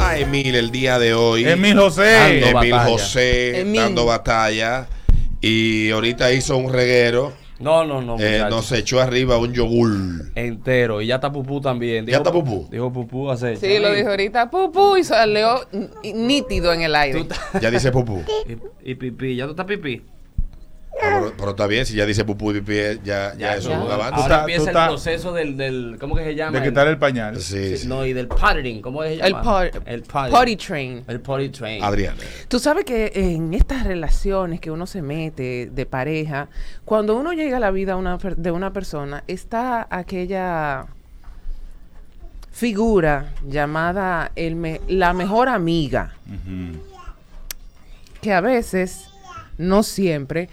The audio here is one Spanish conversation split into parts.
a Emil el día de hoy. Emil José. Emil Dando batalla. José Emil. dando batalla. Y ahorita hizo un reguero. No, no, no. eh, muchacho. nos echó arriba un yogur. Entero. Y ya está Pupú también. ¿Ya está Pupú? Dijo Pupú hace. Sí, lo dijo ahorita, pupú, y salió n- nítido en el aire. Ya dice pupú. Y, y pipí. ¿Ya tú estás pipí? Ah, pero, pero está bien, si ya dice pupú, y pie, ya, ya, eso es un avance. Ahora Tú empieza estás- el proceso del, del. ¿Cómo que se llama? De quitar el pañal. Sí, sí. No, y del potting. ¿Cómo es que se El, llama? par- El potting. potty train. El potty train. Adriana. Tú sabes que en estas relaciones que uno se mete de pareja, cuando uno llega a la vida una per- de una persona, está aquella figura llamada el me- la mejor amiga, que a veces, no siempre,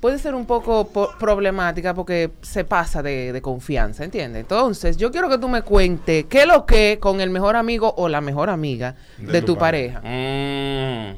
puede ser un poco po- problemática porque se pasa de, de confianza, ¿entiendes? Entonces, yo quiero que tú me cuentes qué es lo que con el mejor amigo o la mejor amiga de, De tu, tu pareja. Mm.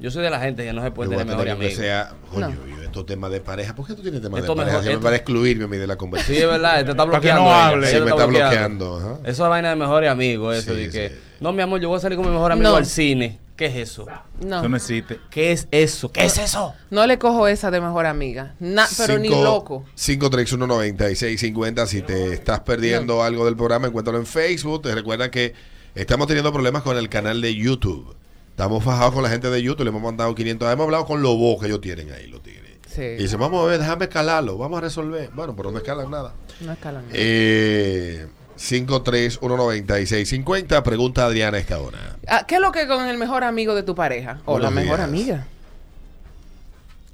Yo soy de la gente que no se puede Yo voy a tener mejor tener que amigo. sea, coño, yo estos temas de pareja, ¿por qué tú tienes temas Esto de pareja? mejor- Siempre esto- para excluirme a mí de la Sí, es conversación. verdad, te Para está que bloqueando. no ella, hable. ella Sí, te me está bloqueando, ajá. Eso es vaina de mejores amigos, eso. Sí, de que, sí. No, mi amor, yo voy a salir con mi mejor amigo No. al cine. ¿Qué es eso? No. Eso no existe. ¿Qué es eso? ¿Qué es eso? No le cojo esa de mejor amiga. Na- pero ni loco. 5319650. Si te estás perdiendo algo del programa, encuéntralo en Facebook. Te recuerda que estamos teniendo problemas con el canal de YouTube. Estamos fajados con la gente de YouTube. Le hemos mandado 500. Hemos hablado con los bots que ellos tienen ahí, los tigres. Sí. Y dicen, vamos a ver, déjame escalarlo. Vamos a resolver. Bueno, pero no escalan nada. No escalan. Eh, 5319650. Pregunta a Adriana a esta hora. Ah, ¿Qué es lo que con el mejor amigo de tu pareja? O la Buenos mejor días. amiga.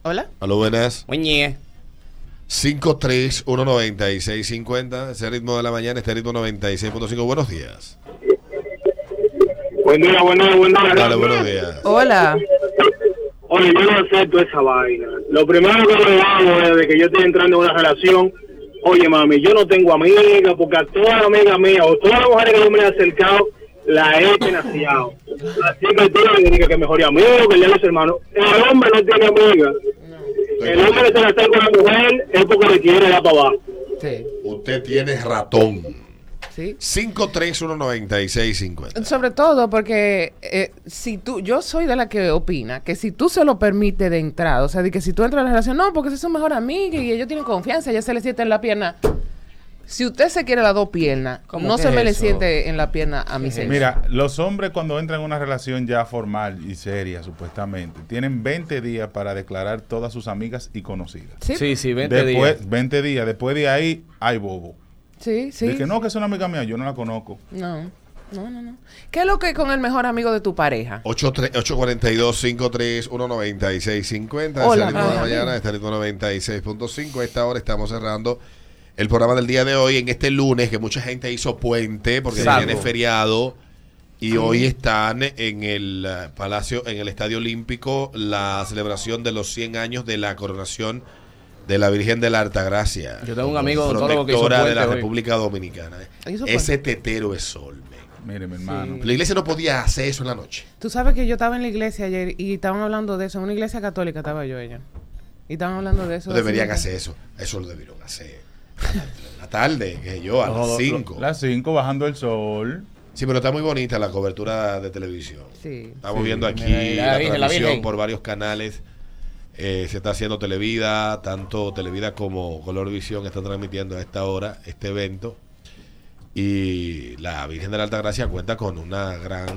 Hola. Aló, buenas. Oye. 5319650. Ese ritmo de la mañana, este ritmo 96.5. Buenos días. Buen día, buen día, buen día. Dale, buenos días. Hola. Oye, yo no acepto esa vaina. Lo primero que yo hago desde que yo estoy entrando en una relación, oye, mami, yo no tengo amiga, porque a toda la amiga mía o todas las mujeres que yo me he acercado, la he tenaciado. Así que tú le digas que mejor amigo, que le los hermanos. El hombre no tiene amiga. El hombre que se le acerca a la mujer es porque le quiere dar para abajo. Sí. Usted tiene ratón. Sí. 5319650. Sobre todo porque eh, si tú, yo soy de la que opina que si tú se lo permites de entrada, o sea, de que si tú entras a la relación, no, porque esa es su mejor amiga y ellos tienen confianza, ya se le siente en la pierna. Si usted se quiere las dos piernas, ¿Cómo no que se es me le eso? siente en la pierna a mi señor. Mira, los hombres cuando entran en una relación ya formal y seria, supuestamente, tienen 20 días para declarar todas sus amigas y conocidas. Sí, Sí, sí, sí, 20 después, días. 20 días. Después de ahí, hay bobo. sí. Dice que no, que es una amiga mía, yo no la conozco. No, no, no, no. ¿Qué es lo que con el mejor amigo de tu pareja? 842-531-9650. Hola, Hola, ritmo de la mamá. mañana, este ritmo 96.5. A esta hora estamos cerrando el programa del día de hoy en este lunes que mucha gente hizo puente porque Salvo. viene feriado y hoy están en el eh, Palacio, en el Estadio Olímpico, la celebración de los 100 años de la coronación de la Virgen de la Altagracia. Yo tengo un amigo odontólogo que hizo protectora de la puente hoy. República Dominicana. Hizo puente. Ese tetero es sol, men. Mire, mi hermano. La iglesia no podía hacer eso en la noche. Tú sabes que yo estaba en la iglesia ayer y estaban hablando de eso. En una iglesia católica estaba yo ella. Y estaban hablando de eso. No deberían hacer eso. Eso lo debieron hacer. A la, a la tarde, que yo, a Lo- las lo- 5. Las 5 bajando el sol. Sí, pero está muy bonita la cobertura de televisión. Sí. Estamos Sí. viendo aquí Mira, ahí la la, Virgen, la transmisión Virgen. por varios canales. Eh, se está haciendo Televida, tanto Televida como Colorvisión están transmitiendo a esta hora este evento. Y la Virgen de la Altagracia cuenta con una gran,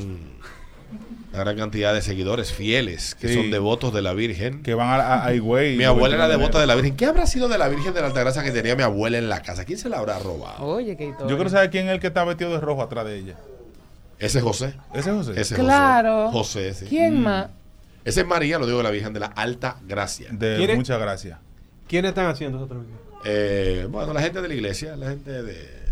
una gran cantidad de seguidores fieles que Sí. son devotos de la Virgen. Que van a, a, a Higüey. Mi abuela era devota de la Virgen. ¿Qué habrá sido de la Virgen de la Altagracia que tenía mi abuela en la casa? ¿Quién se la habrá robado? Oye, que historia. Yo quiero saber quién es el que está vestido de rojo atrás de ella. Ese es José. Ese es José. Ese es Claro. José. José, sí. ¿Quién más? Ese es María, lo digo, la Virgen de la Alta Gracia. De ¿Quiere? muchas gracias. ¿Quiénes están haciendo esa transmisión? Eh, bueno, la gente de la iglesia, la gente de... de-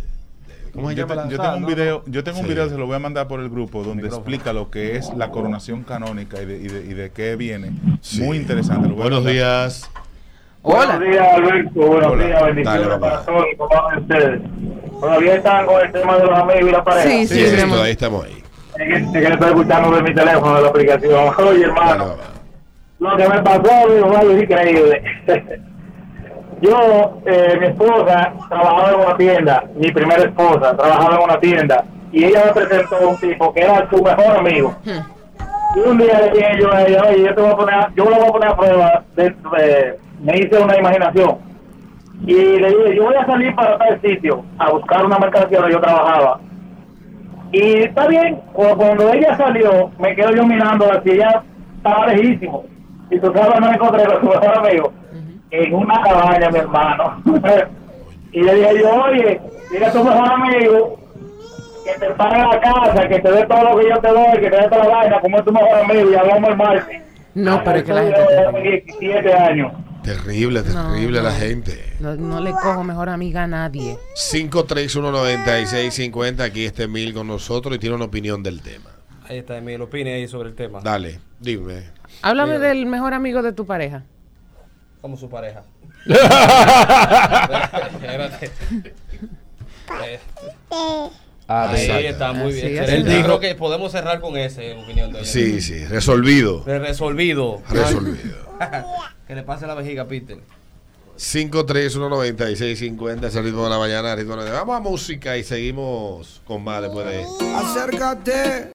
¿Cómo se Yo, llama la...? te- yo Ah, tengo un no, video, yo tengo un Sí. video, se lo voy a mandar por el grupo, donde explica lo que es la coronación canónica y de, y de- y de qué viene. Sí. Muy interesante. lo voy a Buenos mandar. días. Hola. Buenos días, Alberto. Buenos Hola. días, Dale, bendiciones papá. para todos. ¿Cómo van ustedes? Bueno, bien están con el tema de los amigos y la pareja. Sí, Sí, sí, sí, mi amor. todavía estamos ahí. Es que, es que le estoy escuchando de mi teléfono, de la aplicación. Oye, Dale, hermano, papá. lo que me pasó digo, algo increíble. Yo, eh, mi esposa trabajaba en una tienda, mi primera esposa trabajaba en una tienda. y ella me presentó a un tipo que era su mejor amigo. Y un día le dije yo a ella, oye, yo te voy a poner, a- yo lo voy a poner a prueba, de, de- me hice una imaginación. Y le dije, yo voy a salir para tal sitio a buscar una mercancía donde yo trabajaba. Y está bien, cu- cuando ella salió, me quedo yo mirando hacia ella, estaba lejísimo. Y tú sabes, no encontré con su mejor amigo. En una cabaña, mi hermano. y le dije yo, oye, mira a tu mejor amigo, que te pague la casa, que te dé todo lo que yo te doy, que te dé toda la vaina, como es tu mejor amigo, y hablamos el martes. No, pero es que la gente... Yo te- tenía 17 años. Terrible, terrible No, la no. gente. No, no le cojo mejor amiga a nadie. 5319650, aquí este Mil con nosotros y tiene una opinión del tema. Ahí está, Emil, opine ahí sobre el tema. Dale, dime. Háblame Mira. del mejor amigo de tu pareja. Como su pareja. Espérate. Eh, Ahí está, muy bien. Así es. excelente. Él Yo dijo- creo que podemos cerrar con ese opinión de él. Sí, sí, resolvido. Re- Resolvido. Resolvido. Que le pase la vejiga, Peter. 5319650 es el ritmo de la mañana, el ritmo de la- Vamos a música y seguimos con más después de esto. Acércate